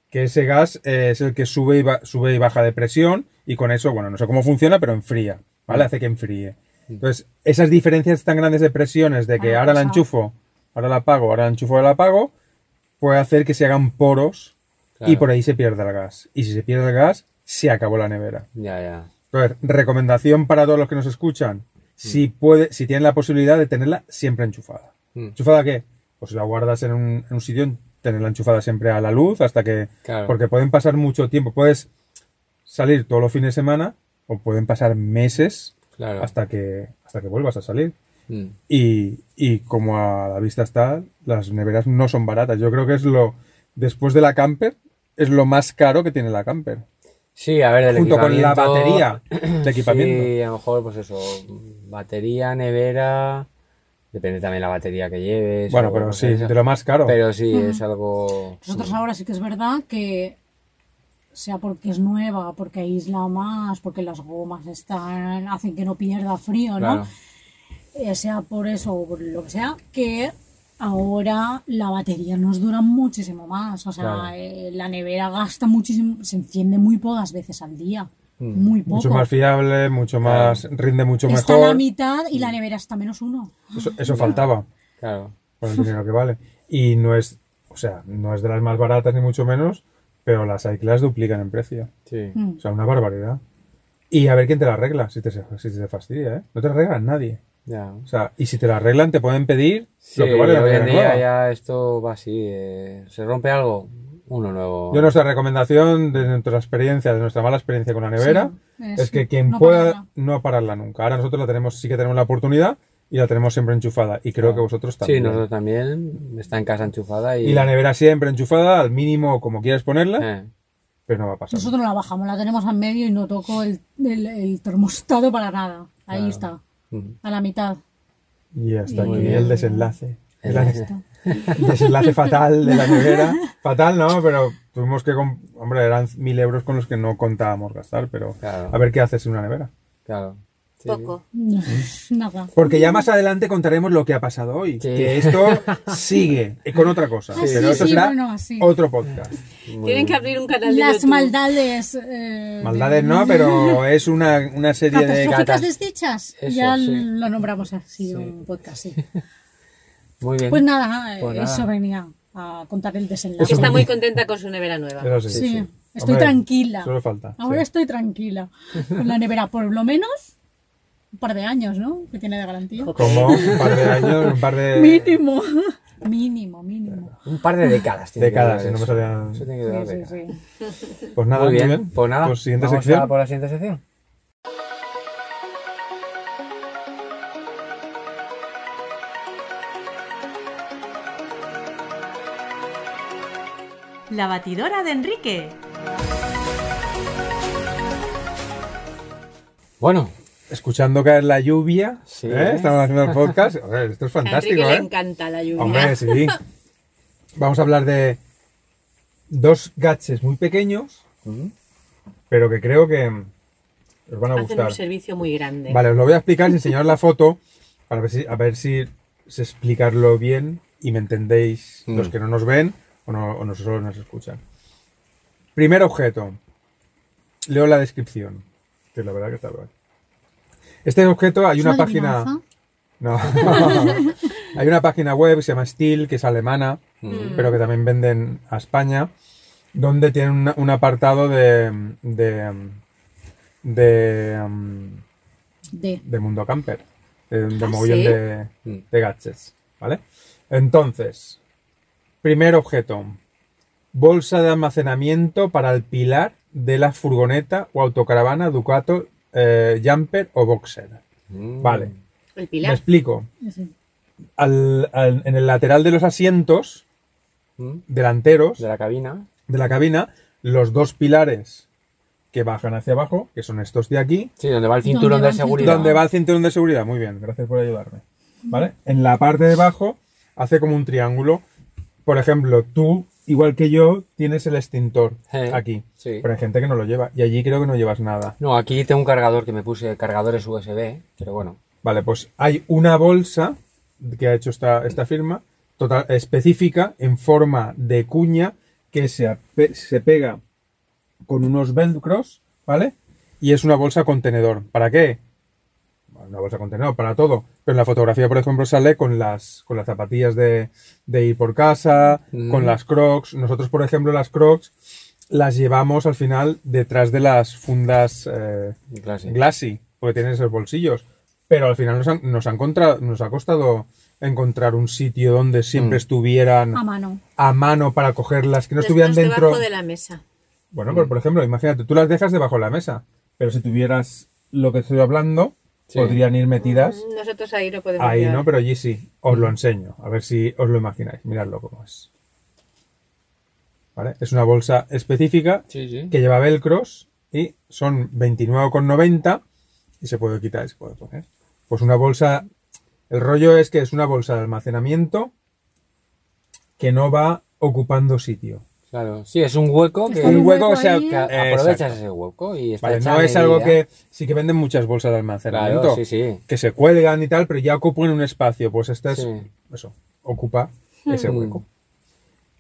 [SPEAKER 2] que ese gas eh, es el que sube y, ba- sube y baja de presión y con eso, bueno, no sé cómo funciona, pero enfría, ¿vale? Hace que enfríe. Entonces, esas diferencias tan grandes de presiones de que
[SPEAKER 4] Ah,
[SPEAKER 2] ahora la
[SPEAKER 4] pesado.
[SPEAKER 2] enchufo, ahora la apago, ahora la enchufo, ahora la apago, puede hacer que se hagan poros y
[SPEAKER 3] Claro.
[SPEAKER 2] por ahí se pierda el gas. Y si se pierde el gas, se acabó la nevera.
[SPEAKER 3] Ya, ya.
[SPEAKER 2] Entonces, recomendación para todos los que nos escuchan. Si puede, si tienen la posibilidad de tenerla siempre enchufada.
[SPEAKER 3] Mm.
[SPEAKER 2] ¿Enchufada qué? Pues la guardas en un, en un sitio, tenerla enchufada siempre a la luz hasta que...
[SPEAKER 3] Claro.
[SPEAKER 2] Porque pueden pasar mucho tiempo. Puedes salir todos los fines de semana o pueden pasar meses
[SPEAKER 3] Claro.
[SPEAKER 2] hasta que hasta que vuelvas a salir.
[SPEAKER 3] Mm.
[SPEAKER 2] Y, y como a la vista está, las neveras no son baratas. Yo creo que es lo... Después de la camper, es lo más caro que tiene la camper.
[SPEAKER 3] Sí, a ver, del
[SPEAKER 2] Junto con la
[SPEAKER 3] equipamiento-
[SPEAKER 2] batería de equipamiento.
[SPEAKER 3] Sí, a lo mejor, pues eso, batería, nevera, depende también la batería que lleves.
[SPEAKER 2] Bueno,
[SPEAKER 3] o
[SPEAKER 2] pero
[SPEAKER 3] cosas
[SPEAKER 2] sí,
[SPEAKER 3] de esas.
[SPEAKER 2] de lo más caro.
[SPEAKER 3] Pero sí, es algo...
[SPEAKER 4] Mm. Nosotros ahora sí que es verdad que, sea porque es nueva, porque aísla más, porque las gomas están, hacen que no pierda frío, ¿no?
[SPEAKER 3] Claro.
[SPEAKER 4] Eh, sea por eso o por lo que sea, que ahora la batería nos dura muchísimo más. O sea,
[SPEAKER 3] Claro.
[SPEAKER 4] eh, la nevera gasta muchísimo, se enciende muy pocas veces al día. Muy poco.
[SPEAKER 2] Mm. mucho más fiable, mucho más rinde mucho
[SPEAKER 4] está
[SPEAKER 2] mejor. Mm.
[SPEAKER 4] la mitad y la nevera está menos uno.
[SPEAKER 2] Eso, eso faltaba
[SPEAKER 3] Claro.
[SPEAKER 2] por el dinero que vale. Y no es, o sea, no es de las más baratas ni mucho menos, pero las iClass duplican en precio.
[SPEAKER 3] Sí.
[SPEAKER 4] Mm.
[SPEAKER 2] O sea, una barbaridad. Y a ver quién te la arregla, si te, si te fastidia, ¿eh? No te arreglan nadie.
[SPEAKER 3] Ya.
[SPEAKER 2] O sea, y si te la arreglan, te pueden pedir
[SPEAKER 3] Sí,
[SPEAKER 2] lo que vale la
[SPEAKER 3] hoy en
[SPEAKER 2] nevera
[SPEAKER 3] día
[SPEAKER 2] nueva.
[SPEAKER 3] ya esto va así. eh, ¿Se rompe algo? Uno nuevo.
[SPEAKER 2] Yo nuestra recomendación de nuestra experiencia, de nuestra mala experiencia con la nevera,
[SPEAKER 4] Sí,
[SPEAKER 2] es,
[SPEAKER 4] es
[SPEAKER 2] que quien
[SPEAKER 4] no
[SPEAKER 2] pueda
[SPEAKER 4] pararla.
[SPEAKER 2] no pararla nunca. Ahora nosotros la tenemos, sí que tenemos la oportunidad y la tenemos siempre enchufada. Y creo que vosotros también.
[SPEAKER 3] Sí, nosotros también. Está en casa enchufada y...
[SPEAKER 2] Y la nevera siempre enchufada, al mínimo como quieras ponerla,
[SPEAKER 3] Eh,
[SPEAKER 2] pero no va a pasar.
[SPEAKER 4] Nosotros la bajamos, la tenemos al medio y no toco el, el- el termostato para nada. Ahí
[SPEAKER 3] Claro.
[SPEAKER 4] está,
[SPEAKER 3] Ujú.
[SPEAKER 4] a la mitad.
[SPEAKER 2] Y hasta
[SPEAKER 4] Muy
[SPEAKER 2] aquí
[SPEAKER 4] bien. Eh.
[SPEAKER 2] el desenlace. El,
[SPEAKER 3] Ya
[SPEAKER 4] está.
[SPEAKER 2] el desenlace fatal de la nevera. Fatal no, pero tuvimos que... com- Hombre, eran mil euros con los que no contábamos gastar, pero
[SPEAKER 3] Claro.
[SPEAKER 2] a ver qué haces en una nevera.
[SPEAKER 3] Claro. Sí.
[SPEAKER 1] Poco.
[SPEAKER 4] nada.
[SPEAKER 2] Porque ya más adelante contaremos lo que ha pasado hoy.
[SPEAKER 3] Sí.
[SPEAKER 2] Que esto sigue eh, con otra cosa.
[SPEAKER 4] Ah,
[SPEAKER 2] pero
[SPEAKER 4] sí,
[SPEAKER 2] esto
[SPEAKER 4] sí,
[SPEAKER 2] será
[SPEAKER 4] bueno, sí.
[SPEAKER 2] otro podcast.
[SPEAKER 3] Muy
[SPEAKER 1] Tienen
[SPEAKER 3] bien.
[SPEAKER 1] que abrir un canal de
[SPEAKER 4] Las
[SPEAKER 1] YouTube.
[SPEAKER 4] maldades. eh,
[SPEAKER 2] Maldades no, pero es una, una serie de...
[SPEAKER 4] Catastróficas
[SPEAKER 3] catas-
[SPEAKER 4] desdichas.
[SPEAKER 3] Eso,
[SPEAKER 4] ya
[SPEAKER 3] sí.
[SPEAKER 4] lo nombramos así
[SPEAKER 3] Sí.
[SPEAKER 4] un podcast, sí.
[SPEAKER 3] Muy bien.
[SPEAKER 4] Pues nada,
[SPEAKER 3] Pues
[SPEAKER 4] eh,
[SPEAKER 3] nada.
[SPEAKER 4] eso venía a contar el desenlace.
[SPEAKER 1] Está muy contenta con su nevera nueva.
[SPEAKER 2] Eso sí,
[SPEAKER 4] Sí,
[SPEAKER 2] sí.
[SPEAKER 4] estoy
[SPEAKER 2] Hombre,
[SPEAKER 4] tranquila.
[SPEAKER 2] Solo falta.
[SPEAKER 4] Ahora
[SPEAKER 2] sí.
[SPEAKER 4] estoy tranquila. Con la nevera, por lo menos, un par de años, ¿no? Que tiene de garantía.
[SPEAKER 2] Como un par de años, un par de...
[SPEAKER 4] Mínimo. mínimo, mínimo.
[SPEAKER 3] Un par de décadas. tiene que durar
[SPEAKER 2] Décadas, si no
[SPEAKER 3] eso.
[SPEAKER 2] me salía-
[SPEAKER 3] Eso tiene que
[SPEAKER 4] Sí,
[SPEAKER 3] durar
[SPEAKER 4] sí,
[SPEAKER 3] décadas.
[SPEAKER 4] sí.
[SPEAKER 2] Pues nada,
[SPEAKER 3] Muy bien. Pues nada.
[SPEAKER 2] Pues siguiente
[SPEAKER 3] vamos
[SPEAKER 2] sección.
[SPEAKER 3] a por la siguiente sección.
[SPEAKER 5] La batidora de Enrique.
[SPEAKER 3] Bueno,
[SPEAKER 2] Escuchando caer la lluvia,
[SPEAKER 3] Sí.
[SPEAKER 2] ¿eh? estamos haciendo el podcast. Hombre, esto es
[SPEAKER 1] A Enrique
[SPEAKER 2] fantástico,
[SPEAKER 1] le
[SPEAKER 2] ¿eh?
[SPEAKER 1] encanta la lluvia.
[SPEAKER 2] Hombre, sí. Vamos a hablar de dos gadgets muy pequeños, pero que creo que os van a
[SPEAKER 1] Hacen
[SPEAKER 2] gustar.
[SPEAKER 1] un servicio muy grande.
[SPEAKER 2] Vale, os lo voy a explicar y enseñaros la foto para ver si, a ver si sé explicarlo bien y me entendéis
[SPEAKER 3] Mm.
[SPEAKER 2] los que no nos ven o, no, o no solo nos escuchan. Primer objeto. Leo la descripción. Que la verdad que está guay. Este objeto hay
[SPEAKER 4] ¿Es
[SPEAKER 2] una
[SPEAKER 4] adivinanza?
[SPEAKER 2] página. No. hay una página web que se llama Steel, que es alemana,
[SPEAKER 1] Mm.
[SPEAKER 2] pero que también venden a España, donde tienen una- un apartado de. de. de. um,
[SPEAKER 4] De.
[SPEAKER 2] de Mundo Camper, de, de
[SPEAKER 1] Ah,
[SPEAKER 2] mogollón
[SPEAKER 1] ¿sí?
[SPEAKER 2] de,
[SPEAKER 3] Mm.
[SPEAKER 2] de gadgets, ¿vale? Entonces, primer objeto, bolsa de almacenamiento para el pilar de la furgoneta o autocaravana Ducato eh, Jumper o Boxer,
[SPEAKER 3] Mm.
[SPEAKER 2] ¿vale?
[SPEAKER 1] El
[SPEAKER 2] Me
[SPEAKER 1] pilar.
[SPEAKER 2] explico.
[SPEAKER 4] sí.
[SPEAKER 2] Al- al- en el lateral de los asientos
[SPEAKER 3] Mm.
[SPEAKER 2] delanteros
[SPEAKER 3] De la cabina.
[SPEAKER 2] de la cabina, los dos pilares que bajan hacia abajo, que son estos de aquí,
[SPEAKER 3] Sí, donde va el
[SPEAKER 4] Donde
[SPEAKER 3] cinturón
[SPEAKER 4] va
[SPEAKER 3] de
[SPEAKER 4] el
[SPEAKER 3] seguridad.
[SPEAKER 4] cinturón.
[SPEAKER 2] ¿Dónde va el cinturón de seguridad? Muy bien, gracias por ayudarme. ¿Vale? En la parte de abajo hace como un triángulo. Por ejemplo, tú, igual que yo, tienes el extintor
[SPEAKER 3] Eh,
[SPEAKER 2] aquí.
[SPEAKER 3] sí.
[SPEAKER 2] Pero hay gente que no lo lleva. Y allí creo que no llevas nada.
[SPEAKER 3] No, aquí tengo un cargador que me puse, cargadores USB, pero bueno.
[SPEAKER 2] Vale, pues hay una bolsa que ha hecho esta, esta firma total, específica en forma de cuña que se, ape- se pega con unos velcros, ¿vale? Y es una bolsa contenedor. ¿Para qué? Una bolsa contenedor, para todo. Pero en la fotografía, por ejemplo, sale con las, con las zapatillas de, de ir por casa,
[SPEAKER 3] Mm.
[SPEAKER 2] con las crocs. Nosotros, por ejemplo, las crocs las llevamos al final detrás de las fundas eh,
[SPEAKER 3] Clase.
[SPEAKER 2] Glassy, porque tienen esos bolsillos. Pero al final nos, han- nos, han contra- nos ha costado encontrar un sitio donde siempre
[SPEAKER 3] Mm.
[SPEAKER 2] estuvieran
[SPEAKER 4] A mano.
[SPEAKER 2] a mano para cogerlas, que no
[SPEAKER 1] Las
[SPEAKER 2] estuvieran
[SPEAKER 1] dos
[SPEAKER 2] dentro.
[SPEAKER 1] debajo de la mesa.
[SPEAKER 2] Bueno, pero por ejemplo, imagínate, tú las dejas debajo de la mesa, pero si tuvieras lo que estoy hablando,
[SPEAKER 3] Sí.
[SPEAKER 2] podrían ir metidas
[SPEAKER 1] Mm, Nosotros ahí no podemos
[SPEAKER 2] ahí,
[SPEAKER 1] llegar.
[SPEAKER 2] ¿no? Pero allí sí, os lo enseño, a ver si os lo imagináis. Miradlo cómo es. ¿Vale? Es una bolsa específica
[SPEAKER 3] Sí, sí.
[SPEAKER 2] que lleva velcros y son 29,90 y se puede quitar y se puede poner. Pues una bolsa, el rollo es que es una bolsa de almacenamiento que no va ocupando sitio.
[SPEAKER 3] Claro. Sí, es un hueco que,
[SPEAKER 4] Está
[SPEAKER 2] Un
[SPEAKER 4] bien.
[SPEAKER 3] que
[SPEAKER 2] hueco que
[SPEAKER 4] hueco
[SPEAKER 2] sea...
[SPEAKER 4] ahí.
[SPEAKER 2] que-
[SPEAKER 3] aprovechas
[SPEAKER 2] Exacto.
[SPEAKER 3] ese hueco y está
[SPEAKER 2] Vale,
[SPEAKER 3] hecha
[SPEAKER 2] no es
[SPEAKER 3] medida.
[SPEAKER 2] algo que sí que venden muchas bolsas de almacenamiento
[SPEAKER 3] Claro, sí, sí.
[SPEAKER 2] que se cuelgan y tal, pero ya ocupan un espacio. Pues esta es
[SPEAKER 3] Sí.
[SPEAKER 2] eso, ocupa
[SPEAKER 1] Hmm.
[SPEAKER 2] ese
[SPEAKER 3] Mm.
[SPEAKER 2] hueco.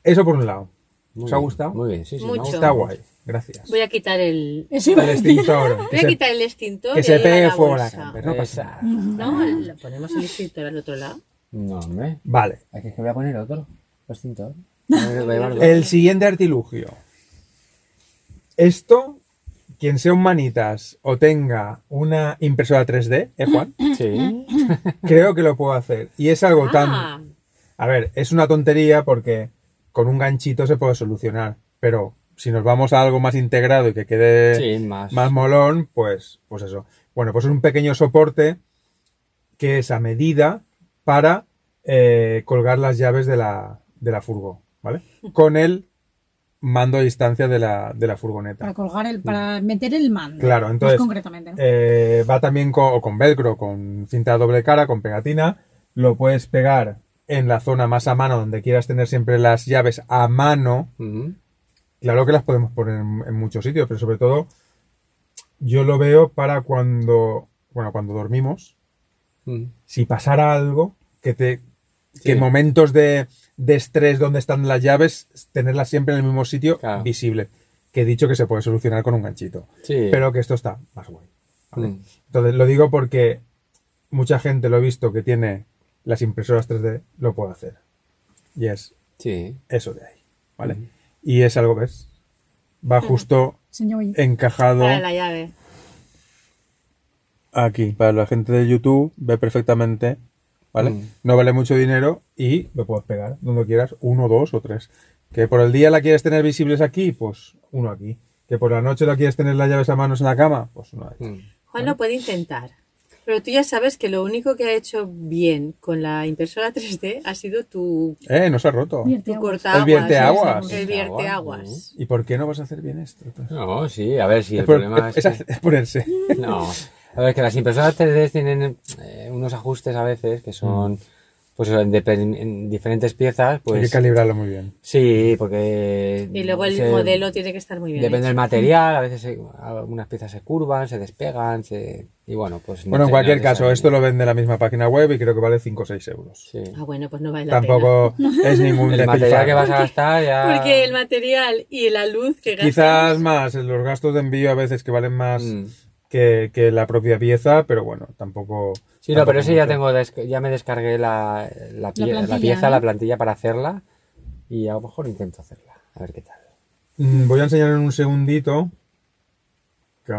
[SPEAKER 2] Eso por un lado.
[SPEAKER 3] Muy
[SPEAKER 2] ¿Os ha
[SPEAKER 3] bien,
[SPEAKER 2] gustado?
[SPEAKER 3] Muy bien, sí, sí. me ha
[SPEAKER 1] Mucho.
[SPEAKER 2] Está
[SPEAKER 3] gustado.
[SPEAKER 2] guay, gracias.
[SPEAKER 1] Voy a quitar el.
[SPEAKER 4] Eso iba
[SPEAKER 2] El
[SPEAKER 4] a decir.
[SPEAKER 2] extintor.
[SPEAKER 1] Voy a quitar el extintor.
[SPEAKER 2] que
[SPEAKER 1] y
[SPEAKER 2] se
[SPEAKER 1] ahí va
[SPEAKER 2] pegue
[SPEAKER 1] la
[SPEAKER 2] fuego a la
[SPEAKER 1] bolsa.
[SPEAKER 2] camper, no pasa nada.
[SPEAKER 3] Esa.
[SPEAKER 1] No, le ponemos el extintor al otro lado.
[SPEAKER 3] No, hombre.
[SPEAKER 2] Vale.
[SPEAKER 3] Aquí es que voy a poner otro. Pues cinto. Voy a llevar dos.
[SPEAKER 2] El siguiente artilugio. Esto, quien sea un manitas o tenga una impresora 3D, ¿eh, Juan?
[SPEAKER 3] Sí.
[SPEAKER 2] Creo que lo puedo hacer. Y es algo
[SPEAKER 1] Ah,
[SPEAKER 2] tan... A ver, es una tontería porque con un ganchito se puede solucionar, pero si nos vamos a algo más integrado y que quede
[SPEAKER 3] Sí, más.
[SPEAKER 2] eh, más molón, pues, pues eso. Bueno, pues es un pequeño soporte que es a medida para eh, colgar las llaves de la, de la furgo, ¿vale? Con el mando a distancia de la, de la
[SPEAKER 4] Para
[SPEAKER 2] furgoneta.
[SPEAKER 4] colgar el, para meter el mando.
[SPEAKER 2] Claro,
[SPEAKER 4] Más
[SPEAKER 2] entonces
[SPEAKER 4] concretamente, ¿no?
[SPEAKER 2] eh, va también con, o con velcro, con cinta doble cara, con pegatina. Lo puedes pegar en la zona más a mano donde quieras tener siempre las llaves a mano.
[SPEAKER 3] Ujú.
[SPEAKER 2] Claro que las podemos poner en, en muchos sitios, pero sobre todo yo lo veo para cuando, bueno, cuando dormimos,
[SPEAKER 3] Ujú.
[SPEAKER 2] si pasara algo, que te que
[SPEAKER 3] Sí.
[SPEAKER 2] en momentos de, de estrés donde están las llaves, tenerlas siempre en el mismo sitio
[SPEAKER 3] Claro.
[SPEAKER 2] visible. Que he dicho que se puede solucionar con un ganchito.
[SPEAKER 3] Sí.
[SPEAKER 2] Pero que esto está más guay. ¿vale?
[SPEAKER 3] Mm.
[SPEAKER 2] Entonces lo digo porque mucha gente lo he visto que tiene las impresoras 3D, lo puede hacer. Y es
[SPEAKER 3] Sí.
[SPEAKER 2] eso de ahí. ¿Vale?
[SPEAKER 3] Mm.
[SPEAKER 2] Y es algo que es. Va justo
[SPEAKER 4] Señor Boy.
[SPEAKER 2] eh, encajado
[SPEAKER 1] Para la llave.
[SPEAKER 2] aquí. Para la gente de YouTube ve perfectamente, ¿vale?
[SPEAKER 3] Mm.
[SPEAKER 2] No vale mucho dinero y lo puedes pegar donde quieras, uno, dos o tres. Que por el día la quieres tener visibles aquí, pues uno aquí. Que por la noche la quieres tener las llaves a manos en la cama, pues uno aquí.
[SPEAKER 3] Mm.
[SPEAKER 1] Juan lo puede intentar. Pero tú ya sabes que lo único que ha hecho bien con la impresora 3D ha sido tu,
[SPEAKER 3] Mm.
[SPEAKER 2] Eh, no se ha roto.
[SPEAKER 4] Vierte
[SPEAKER 1] tu
[SPEAKER 4] agua.
[SPEAKER 1] cortaaguas. ¿eh?
[SPEAKER 2] El vierteaguas.
[SPEAKER 1] El vierteaguas.
[SPEAKER 2] ¿Y por qué no vas a hacer bien esto?
[SPEAKER 3] No, sí, a ver si
[SPEAKER 2] Es
[SPEAKER 3] el
[SPEAKER 2] por-
[SPEAKER 3] problema
[SPEAKER 2] es-
[SPEAKER 3] es.
[SPEAKER 2] es-
[SPEAKER 3] que-
[SPEAKER 2] es ponerse.
[SPEAKER 3] No. A ver, que las impresoras 3D tienen eh, unos ajustes a veces que son. Pues en, depen- en diferentes piezas,
[SPEAKER 2] Mm. Hay que
[SPEAKER 3] pues.
[SPEAKER 2] calibrarlo muy bien.
[SPEAKER 3] Sí, porque.
[SPEAKER 2] Mm,
[SPEAKER 1] Y luego el
[SPEAKER 3] se-
[SPEAKER 1] modelo tiene que estar muy bien.
[SPEAKER 3] Depende
[SPEAKER 1] hecho.
[SPEAKER 3] del material, a veces se- algunas piezas se curvan, se despegan, se. Y bueno, pues. no
[SPEAKER 2] Bueno, en
[SPEAKER 3] te-
[SPEAKER 2] cualquier
[SPEAKER 3] no te
[SPEAKER 2] caso,
[SPEAKER 3] sale.
[SPEAKER 2] esto lo vende la misma página web y creo que vale 5 o 6 euros.
[SPEAKER 3] Sí.
[SPEAKER 1] Ah, bueno, pues no vale la pena.
[SPEAKER 2] Tampoco es ningún
[SPEAKER 3] El material
[SPEAKER 2] despilfarro.
[SPEAKER 3] que vas a gastar ya.
[SPEAKER 1] Porque el material y la luz que gastas.
[SPEAKER 2] Quizás más, los gastos de envío a veces que valen más
[SPEAKER 3] Mm.
[SPEAKER 2] que, que la propia pieza, pero bueno, tampoco.
[SPEAKER 3] Sí, no,
[SPEAKER 2] tampoco
[SPEAKER 3] pero eso ya
[SPEAKER 2] mucho.
[SPEAKER 3] tengo, des- ya me descargué la, la, pie- la
[SPEAKER 4] plantilla,
[SPEAKER 3] pieza,
[SPEAKER 4] ¿no?
[SPEAKER 3] la plantilla para hacerla y a lo mejor intento hacerla, a ver qué tal.
[SPEAKER 2] Mm, Voy a enseñar en un segundito. Que,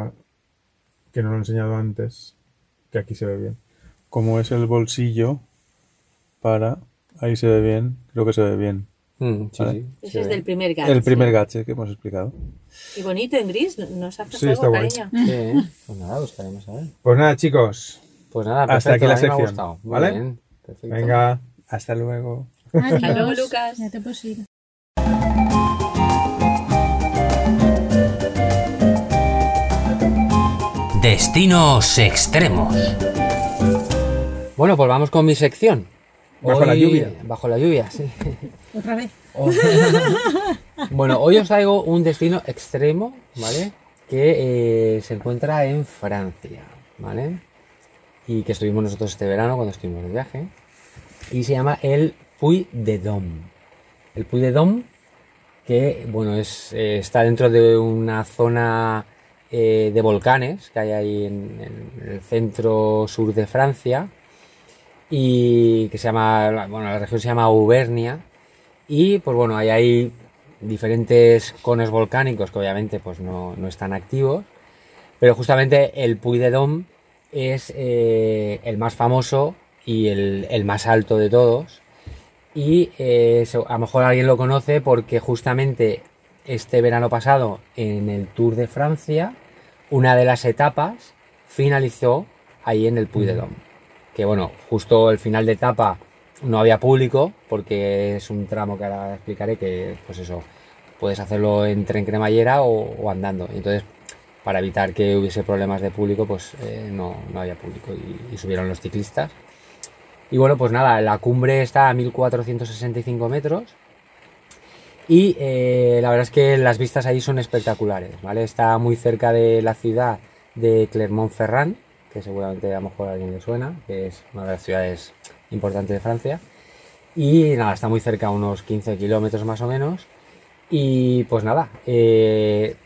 [SPEAKER 2] que no lo he enseñado antes. Que aquí se ve bien. Como es el bolsillo para. Ahí se ve bien, creo que se ve bien.
[SPEAKER 3] Mm, sí,
[SPEAKER 2] Vale.
[SPEAKER 3] sí,
[SPEAKER 1] Ese
[SPEAKER 3] se
[SPEAKER 1] es
[SPEAKER 3] ve.
[SPEAKER 1] del primer gas.
[SPEAKER 2] El primer gache que hemos explicado.
[SPEAKER 1] Y bonito en gris, nos hace
[SPEAKER 2] Sí,
[SPEAKER 1] algo,
[SPEAKER 2] está guay.
[SPEAKER 1] cariño.
[SPEAKER 3] Sí, ¿eh? pues nada, buscaremos a ver.
[SPEAKER 2] Pues nada, chicos.
[SPEAKER 3] Pues nada,
[SPEAKER 2] Hasta
[SPEAKER 3] perfecto,
[SPEAKER 2] aquí la
[SPEAKER 3] a mí me ha
[SPEAKER 2] sección,
[SPEAKER 3] gustado. Muy
[SPEAKER 2] ¿vale?
[SPEAKER 3] bien, perfecto.
[SPEAKER 2] Venga, hasta luego.
[SPEAKER 4] Adiós.
[SPEAKER 1] luego, Lucas.
[SPEAKER 4] Ya te puedes ir.
[SPEAKER 6] Destinos extremos.
[SPEAKER 3] Bueno, pues vamos con mi sección.
[SPEAKER 2] Bajo la lluvia.
[SPEAKER 3] Bajo la lluvia, sí.
[SPEAKER 4] Otra vez.
[SPEAKER 3] bueno, hoy os traigo un destino extremo, ¿vale? Que eh, se encuentra en Francia, ¿vale? Y que estuvimos nosotros este verano cuando estuvimos de viaje. Y se llama el Puy de Dom. El Puy de Dom, que, bueno, es, eh, está dentro de una zona eh, de volcanes que hay ahí en- en el centro sur de Francia. Y que se llama, bueno, la región se llama Auvernia. Y pues bueno, ahí hay diferentes conos volcánicos que obviamente pues no, no están activos, pero justamente el Puy de Dôme es eh, el más famoso y el, el más alto de todos. Y eh, se- a lo mejor alguien lo conoce porque justamente este verano pasado en el Tour de Francia, una de las etapas finalizó ahí en el Puy de Dôme que bueno, justo el final de etapa no había público, porque es un tramo que ahora explicaré que, pues eso, puedes hacerlo en tren cremallera o, o andando. Entonces, para evitar que hubiese problemas de público, pues eh, no, no había público y, y subieron los ciclistas. Y bueno, pues nada, la cumbre está a 1465 metros. Y eh, la verdad es que las vistas ahí son espectaculares, ¿vale? Está muy cerca de la ciudad de Clermont-Ferrand, que seguramente a lo mejor a alguien le suena, que es una de las ciudades importantes de Francia. Y nada, está muy cerca, unos 15 kilómetros más o menos. Y pues nada, eh,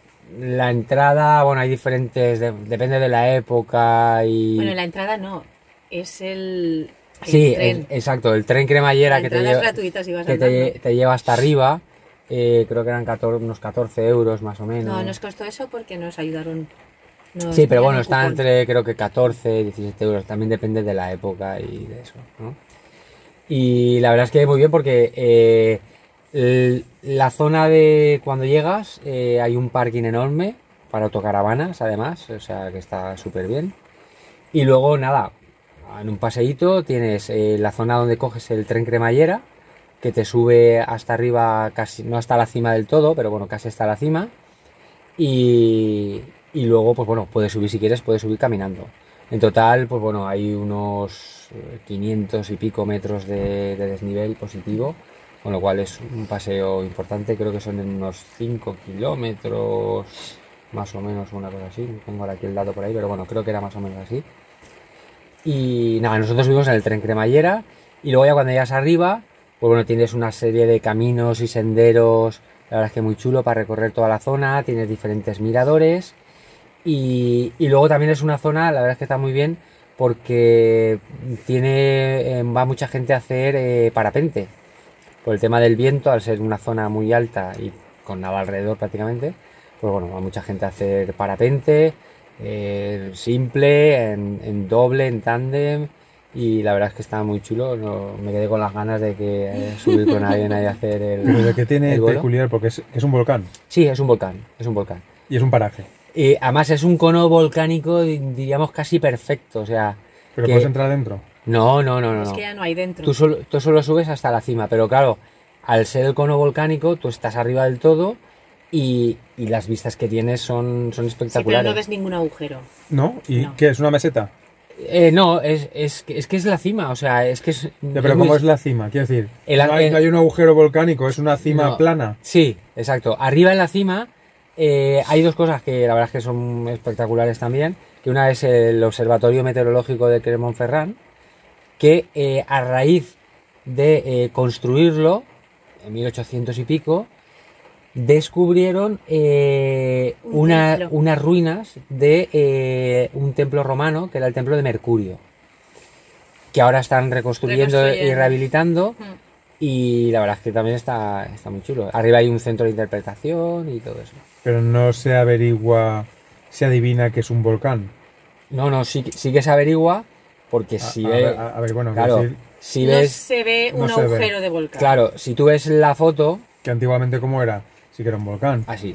[SPEAKER 3] la entrada, bueno, hay diferentes, de- depende de la época y...
[SPEAKER 1] Bueno, la entrada no. Es el. el
[SPEAKER 3] Sí,
[SPEAKER 1] tren.
[SPEAKER 3] el- exacto, el tren cremallera
[SPEAKER 1] La
[SPEAKER 3] que te
[SPEAKER 1] entrada es
[SPEAKER 3] lleva,
[SPEAKER 1] gratuita si vas
[SPEAKER 3] que te,
[SPEAKER 1] andando.
[SPEAKER 3] lle- te lleva hasta arriba. eh, creo que eran 14 unos 14 euros más o menos.
[SPEAKER 1] No, nos costó eso porque nos ayudaron. nos
[SPEAKER 3] Sí, pero
[SPEAKER 1] dieron
[SPEAKER 3] bueno,
[SPEAKER 1] un
[SPEAKER 3] está
[SPEAKER 1] cupón.
[SPEAKER 3] entre creo que 14, 17 euros, también depende de la época y de eso, ¿no? Y la verdad es que muy bien porque eh, el- la zona de cuando llegas eh, hay un parking enorme para autocaravanas además, o sea que está súper bien. Y luego nada, en un paseíto tienes eh, la zona donde coges el tren cremallera, que te sube hasta arriba, casi, no hasta la cima del todo, pero bueno, casi hasta la cima. Y, y luego, pues bueno, puedes subir si quieres, puedes subir caminando. En total, pues bueno, hay unos eh, 500 y pico metros de, de desnivel positivo, con lo cual es un paseo importante, creo que son unos 5 kilómetros, más o menos una cosa así, no tengo ahora aquí el dato por ahí, pero bueno, creo que era más o menos así. Y nada, nosotros subimos en el tren cremallera y luego ya cuando llegas arriba, pues bueno, tienes una serie de caminos y senderos, la verdad es que muy chulo para recorrer toda la zona, tienes diferentes miradores. Y, y luego también es una zona, la verdad es que está muy bien, porque tiene, eh, va mucha gente a hacer eh, parapente. Por el tema del viento, al ser una zona muy alta y con nada alrededor prácticamente, pues bueno, va mucha gente a hacer parapente, eh, simple, en, en doble, en tándem. Y la verdad es que está muy chulo, no- me quedé con las ganas de que eh, subir con alguien ahí a hacer
[SPEAKER 2] Pero
[SPEAKER 3] el,
[SPEAKER 2] lo que tiene
[SPEAKER 3] el bolo.
[SPEAKER 2] peculiar, porque es, que es un volcán
[SPEAKER 3] Sí, es un volcán, es un volcán.
[SPEAKER 2] y es un paraje.
[SPEAKER 3] Eh, además es un cono volcánico, di- diríamos, casi perfecto. O sea,
[SPEAKER 2] Pero
[SPEAKER 3] que-
[SPEAKER 2] puedes entrar dentro.
[SPEAKER 3] No, no, no, no.
[SPEAKER 1] Es
[SPEAKER 3] no.
[SPEAKER 1] que ya no hay dentro.
[SPEAKER 3] Tú, solo, tú solo subes hasta la cima, pero claro, al ser el cono volcánico, tú estás arriba del todo y, y las vistas que tienes son, son
[SPEAKER 1] Sí, pero
[SPEAKER 3] espectaculares.
[SPEAKER 1] no ves ningún agujero.
[SPEAKER 2] ¿No? ¿Y
[SPEAKER 1] No.
[SPEAKER 2] qué es? ¿Una meseta?
[SPEAKER 3] Eh, no, es, es, que- es que es la cima, o sea, es que es...
[SPEAKER 2] Ya, pero
[SPEAKER 3] es
[SPEAKER 2] ¿cómo
[SPEAKER 3] muy-
[SPEAKER 2] es la cima? Quiero decir,
[SPEAKER 3] El
[SPEAKER 2] no, hay,
[SPEAKER 3] ángel-
[SPEAKER 2] no hay un agujero volcánico, es una cima
[SPEAKER 3] No.
[SPEAKER 2] plana.
[SPEAKER 3] Sí, exacto. Arriba en la cima eh, hay dos cosas que la verdad es que son espectaculares también. Que una es el Observatorio Meteorológico de Clermont-Ferrand, que eh, a raíz de eh, construirlo, en 1800 y pico, descubrieron eh,
[SPEAKER 1] Un
[SPEAKER 3] una-
[SPEAKER 1] templo.
[SPEAKER 3] unas ruinas de eh, un templo romano, que era el templo de Mercurio, que ahora están reconstruyendo y
[SPEAKER 1] Reconstruyendo.
[SPEAKER 3] rehabilitando.
[SPEAKER 1] Mm.
[SPEAKER 3] Y la verdad es que también está, está muy chulo. Arriba hay un centro de interpretación y todo eso.
[SPEAKER 2] Pero no se averigua, se adivina que es un volcán.
[SPEAKER 3] No, no, sí, que- sí que se averigua, porque
[SPEAKER 2] A-
[SPEAKER 3] si
[SPEAKER 2] Ah, a,
[SPEAKER 3] ves.
[SPEAKER 2] ver, a- a ver, bueno, quiero
[SPEAKER 3] eh. claro,
[SPEAKER 2] decir
[SPEAKER 3] si
[SPEAKER 1] no
[SPEAKER 3] ves.
[SPEAKER 1] se ve
[SPEAKER 2] no
[SPEAKER 1] un
[SPEAKER 2] se ve.
[SPEAKER 1] agujero de volcán.
[SPEAKER 3] Claro, si tú ves la foto,
[SPEAKER 2] que antiguamente cómo era, sí que era un volcán.
[SPEAKER 3] así.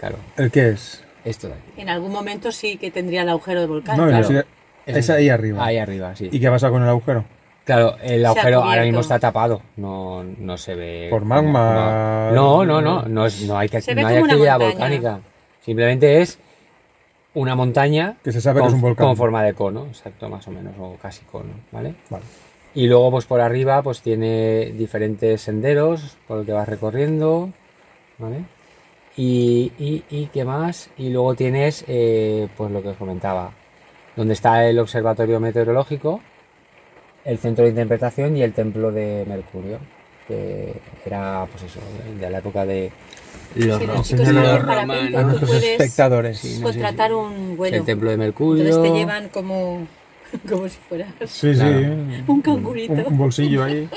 [SPEAKER 3] Claro,
[SPEAKER 2] ¿El qué es?
[SPEAKER 3] esto de aquí.
[SPEAKER 1] En algún momento sí que tendría el agujero de volcán.
[SPEAKER 2] no,
[SPEAKER 3] claro.
[SPEAKER 2] sí, es
[SPEAKER 3] Eso.
[SPEAKER 2] ahí arriba.
[SPEAKER 3] Ahí arriba, sí.
[SPEAKER 2] ¿Y qué ha pasado con el agujero?
[SPEAKER 3] Claro, el
[SPEAKER 1] ha
[SPEAKER 3] agujero ahora
[SPEAKER 1] cubierto.
[SPEAKER 3] mismo está tapado. No, no se ve.
[SPEAKER 2] Por
[SPEAKER 3] como-
[SPEAKER 2] magma.
[SPEAKER 3] como- No, no, no. No, es- no hay, que,
[SPEAKER 1] Se ve
[SPEAKER 3] no hay
[SPEAKER 1] como una
[SPEAKER 3] actividad
[SPEAKER 1] montaña.
[SPEAKER 3] volcánica. Simplemente es una montaña
[SPEAKER 2] Que se sabe que es un volcán.
[SPEAKER 3] con forma de cono, exacto, más o menos, o casi cono, ¿vale?
[SPEAKER 2] Vale.
[SPEAKER 3] Y luego, pues por arriba, pues tiene diferentes senderos por el que vas recorriendo, ¿vale? Y, y, y qué más. Y luego tienes, eh, pues lo que os comentaba, donde está el observatorio meteorológico, el centro de interpretación y el templo de Mercurio, que era, pues eso, de la época de los
[SPEAKER 1] Si los
[SPEAKER 3] ro-
[SPEAKER 1] chicos
[SPEAKER 2] Señora
[SPEAKER 1] hacen
[SPEAKER 3] Román,
[SPEAKER 1] parapente,
[SPEAKER 3] ¿no?
[SPEAKER 2] A
[SPEAKER 1] tú
[SPEAKER 2] nuestros
[SPEAKER 1] puedes
[SPEAKER 2] espectadores.
[SPEAKER 3] Sí, no sé
[SPEAKER 1] contratar
[SPEAKER 3] si-
[SPEAKER 1] un
[SPEAKER 3] el
[SPEAKER 1] vuelo.
[SPEAKER 3] templo de Mercurio.
[SPEAKER 1] Entonces te llevan como, como si fueras
[SPEAKER 2] Sí,
[SPEAKER 3] Claro.
[SPEAKER 2] sí.
[SPEAKER 1] un
[SPEAKER 2] Un,
[SPEAKER 1] cangurito.
[SPEAKER 2] un bolsillo ahí.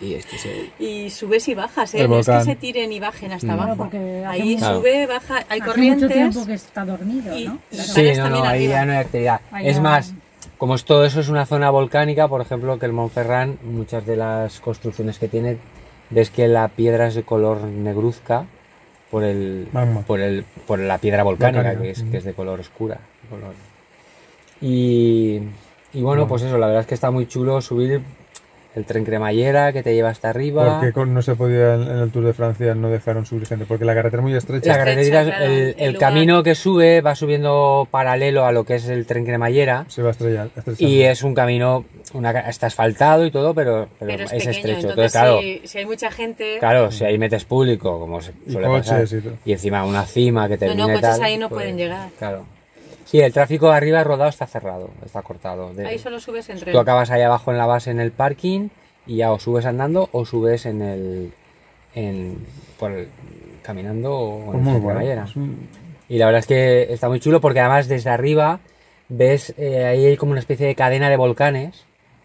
[SPEAKER 3] Y este es el-
[SPEAKER 1] Y subes y bajas, ¿eh?
[SPEAKER 2] El
[SPEAKER 1] No es que
[SPEAKER 2] volcán.
[SPEAKER 1] se tiren y bajen hasta
[SPEAKER 3] Mm.
[SPEAKER 1] abajo.
[SPEAKER 4] Claro, porque hace
[SPEAKER 1] Ahí
[SPEAKER 4] mu-
[SPEAKER 3] Claro.
[SPEAKER 1] sube, baja, hay
[SPEAKER 4] hace
[SPEAKER 1] corrientes.
[SPEAKER 4] mucho tiempo que está dormido,
[SPEAKER 1] y-
[SPEAKER 4] ¿no?
[SPEAKER 1] y
[SPEAKER 4] Claro.
[SPEAKER 3] Sí,
[SPEAKER 1] Canarias
[SPEAKER 3] no, no,
[SPEAKER 1] también
[SPEAKER 3] ahí
[SPEAKER 1] arriba.
[SPEAKER 3] ya no hay actividad.
[SPEAKER 4] Ahí
[SPEAKER 3] es
[SPEAKER 4] ya-
[SPEAKER 3] más, como es todo eso es una zona volcánica, por ejemplo, que el Montferrán, muchas de las construcciones que tiene, ves que la piedra es de color negruzca por el
[SPEAKER 2] Magma.
[SPEAKER 3] por el por la piedra volcánica,
[SPEAKER 2] Volcánica,
[SPEAKER 3] que, es,
[SPEAKER 2] ujú.
[SPEAKER 3] que es de color oscura. de color. Y, y bueno, pues eso, la verdad es que está muy chulo subir el tren cremallera que te lleva hasta arriba.
[SPEAKER 2] Porque con- no se podía en, en el Tour de Francia, no dejaron subir gente, porque la carretera es muy
[SPEAKER 3] La
[SPEAKER 2] estrecha.
[SPEAKER 1] Estrecha,
[SPEAKER 3] carretera,
[SPEAKER 1] claro,
[SPEAKER 3] el,
[SPEAKER 1] el
[SPEAKER 3] el
[SPEAKER 1] lugar.
[SPEAKER 3] camino que sube va subiendo paralelo a lo que es el tren cremallera.
[SPEAKER 2] se va a estrellar. estrechando.
[SPEAKER 3] Y eh, es un camino, una, ca- está asfaltado y todo, pero, pero
[SPEAKER 1] Pero es,
[SPEAKER 3] es,
[SPEAKER 1] pequeño,
[SPEAKER 3] estrecho.
[SPEAKER 1] entonces
[SPEAKER 3] Entonces, claro,
[SPEAKER 1] si, si hay mucha gente,
[SPEAKER 3] claro, si ahí metes público, como se-
[SPEAKER 2] Y
[SPEAKER 3] suele
[SPEAKER 2] coches
[SPEAKER 3] pasar,
[SPEAKER 2] y todo.
[SPEAKER 3] y encima una cima que termina
[SPEAKER 1] coches
[SPEAKER 3] tal, pues,
[SPEAKER 1] ahí no pueden llegar.
[SPEAKER 3] Claro. Sí, el tráfico de arriba rodado está cerrado, está cortado. De-
[SPEAKER 1] ahí solo subes en tren.
[SPEAKER 3] Tú acabas ahí abajo en la base en el parking y ya o subes andando o subes en el, en, por el- caminando o
[SPEAKER 2] Pues
[SPEAKER 3] en
[SPEAKER 2] muy
[SPEAKER 3] el
[SPEAKER 2] bueno.
[SPEAKER 3] caballera.
[SPEAKER 2] Es un-
[SPEAKER 3] Y la verdad es que está muy chulo porque además desde arriba ves, eh, ahí hay como una especie de cadena de volcanes,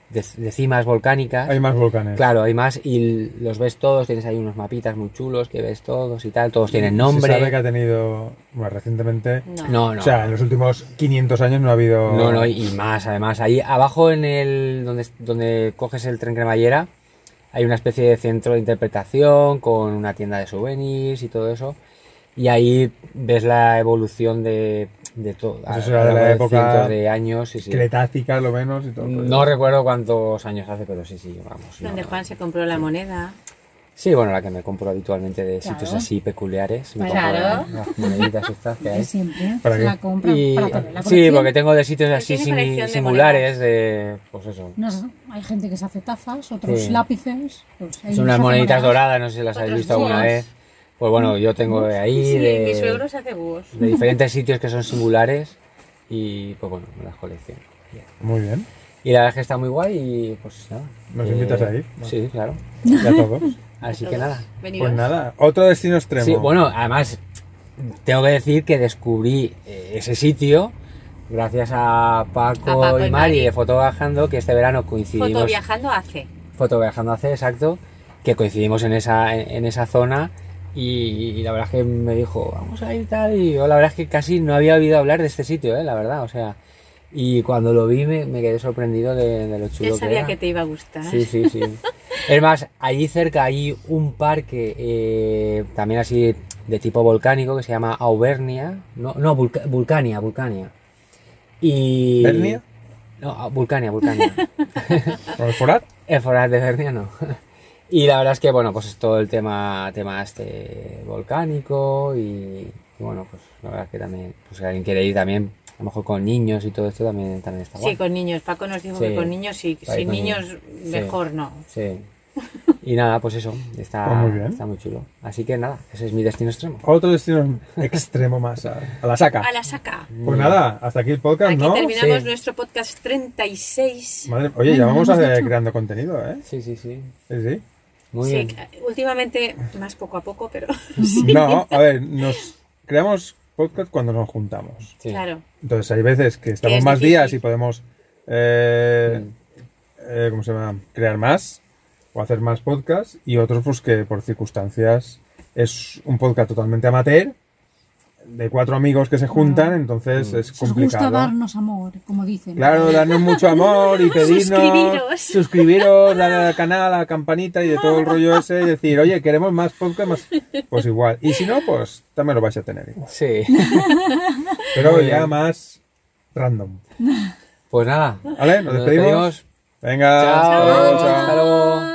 [SPEAKER 3] de, de cimas volcánicas.
[SPEAKER 2] Hay más volcanes.
[SPEAKER 3] Claro, hay más y los ves todos, tienes ahí unos mapitas muy chulos que ves todos y tal, todos tienen Pues nombre.
[SPEAKER 2] Se sabe que ha tenido. Bueno, recientemente.
[SPEAKER 1] No.
[SPEAKER 3] No, no.
[SPEAKER 2] O sea, en los últimos 500 años no ha habido.
[SPEAKER 3] No, no, y más, además, ahí abajo en el donde, donde coges el tren cremallera hay una especie de centro de interpretación con una tienda de souvenirs y todo eso. Y ahí ves la evolución de, de todo.
[SPEAKER 2] Eso será de la
[SPEAKER 3] hablamos
[SPEAKER 2] época
[SPEAKER 3] cientos de años. sí, sí.
[SPEAKER 2] Cretácica, lo menos. Y todo,
[SPEAKER 3] No recuerdo cuántos años hace, pero sí, sí, vamos.
[SPEAKER 1] Donde
[SPEAKER 3] no.
[SPEAKER 1] Juan se compró la moneda.
[SPEAKER 3] Sí, bueno, la que me compro habitualmente de
[SPEAKER 4] Claro.
[SPEAKER 3] sitios así peculiares. Me
[SPEAKER 7] Claro.
[SPEAKER 3] compro las moneditas estas que hay.
[SPEAKER 4] Que siempre
[SPEAKER 2] ¿Para
[SPEAKER 4] se
[SPEAKER 2] qué?
[SPEAKER 4] la compra
[SPEAKER 3] Y-
[SPEAKER 4] para tener la
[SPEAKER 3] sí,
[SPEAKER 4] colección.
[SPEAKER 3] porque tengo de sitios así
[SPEAKER 1] tiene
[SPEAKER 3] simi-
[SPEAKER 1] colección de
[SPEAKER 3] singulares, de, pues eso.
[SPEAKER 4] No sé, hay gente que se hace tazas, otros
[SPEAKER 3] Sí.
[SPEAKER 4] lápices. pues, hay
[SPEAKER 3] Son
[SPEAKER 4] unos
[SPEAKER 3] unas
[SPEAKER 4] hacen
[SPEAKER 3] moneditas doradas, no sé si las habéis
[SPEAKER 1] Otros
[SPEAKER 3] visto alguna
[SPEAKER 1] búhos.
[SPEAKER 3] vez. Pues bueno, yo tengo de ahí
[SPEAKER 1] Sí,
[SPEAKER 3] de,
[SPEAKER 1] mi suegro se hace búhos.
[SPEAKER 3] de diferentes sitios que son singulares y pues bueno, me las colecciono.
[SPEAKER 2] Muy bien.
[SPEAKER 3] Y la verdad es que está muy guay y pues nada.
[SPEAKER 2] ¿Nos invitas ahí?
[SPEAKER 3] Sí, claro.
[SPEAKER 2] Ya todos.
[SPEAKER 3] Así que nada.
[SPEAKER 2] Pues nada, otro destino extremo.
[SPEAKER 3] Sí, bueno, además tengo que decir que descubrí eh, ese sitio gracias a Paco,
[SPEAKER 1] A Paco
[SPEAKER 3] y
[SPEAKER 1] y
[SPEAKER 3] Mari
[SPEAKER 1] Mari.
[SPEAKER 3] de Fotovajando, que este verano coincidimos.
[SPEAKER 1] Foto viajando hace.
[SPEAKER 3] Fotoviajando hace, exacto, que coincidimos en esa, en esa zona y, y la verdad es que me dijo, vamos a ir tal, y yo la verdad es que casi no había oído hablar de este sitio, eh, la verdad, o sea, y cuando lo vi me, me quedé sorprendido de, de lo chulo
[SPEAKER 1] Él sabía
[SPEAKER 3] era.
[SPEAKER 1] que te iba a gustar.
[SPEAKER 3] Sí, sí, sí. es más, allí cerca hay un parque eh, también así de tipo volcánico que se llama Auvernia, no, no, Vulca- Vulcania, Vulcania. Y...
[SPEAKER 2] ¿Vernia?
[SPEAKER 3] No, Vulcania, Vulcania.
[SPEAKER 2] ¿Con el forat?
[SPEAKER 3] El foral de Bernia no. Y la verdad es que, bueno, pues es todo el tema, tema este volcánico y, y bueno, pues la verdad es que también, pues si alguien quiere ir también, a lo mejor con niños y todo esto también, también está guay.
[SPEAKER 1] Sí, con niños. Paco nos dijo
[SPEAKER 3] Sí.
[SPEAKER 1] que con niños sí,
[SPEAKER 3] Ahí
[SPEAKER 1] sin
[SPEAKER 3] con
[SPEAKER 1] niños
[SPEAKER 3] niños.
[SPEAKER 1] mejor no.
[SPEAKER 3] Sí. Y nada, pues eso, está,
[SPEAKER 2] Pues muy bien.
[SPEAKER 3] está muy chulo. Así que nada, ese es mi destino extremo.
[SPEAKER 2] Otro destino extremo más, a, a la saca.
[SPEAKER 1] A la saca.
[SPEAKER 2] Pues nada, hasta aquí el podcast,
[SPEAKER 1] Aquí
[SPEAKER 2] ¿no?
[SPEAKER 1] terminamos
[SPEAKER 3] Ah. Sí.
[SPEAKER 1] nuestro podcast 36.
[SPEAKER 2] Madre- oye, ya vamos a, creando contenido, ¿eh?
[SPEAKER 3] Sí, sí, sí.
[SPEAKER 2] Sí, sí.
[SPEAKER 3] Muy
[SPEAKER 1] Sí,
[SPEAKER 3] bien.
[SPEAKER 1] que- ah, últimamente más poco a poco, pero
[SPEAKER 2] No, a ver, nos creamos podcast cuando nos juntamos.
[SPEAKER 3] Sí.
[SPEAKER 1] claro.
[SPEAKER 2] Entonces hay veces que estamos
[SPEAKER 1] es
[SPEAKER 2] más
[SPEAKER 1] difícil.
[SPEAKER 2] días y podemos, eh, eh, ¿cómo se llama? Crear más o hacer más podcasts y otros pues que por circunstancias es un podcast totalmente amateur de cuatro amigos que se juntan, entonces es
[SPEAKER 4] Si os gusta
[SPEAKER 2] complicado.
[SPEAKER 4] darnos amor, como dicen.
[SPEAKER 2] Claro, darnos mucho amor y pedirnos,
[SPEAKER 1] Suscribiros.
[SPEAKER 2] suscribiros, darle al canal, a la campanita y de todo el rollo ese y decir, oye, queremos más podcast, más... pues igual. Y si no, pues también lo vais a tener igual.
[SPEAKER 3] Sí.
[SPEAKER 2] Pero ya más random.
[SPEAKER 3] Pues nada.
[SPEAKER 2] ¿Vale? Nos despedimos. Venga,
[SPEAKER 3] Chao.
[SPEAKER 2] hasta luego, chao.
[SPEAKER 3] Hasta luego.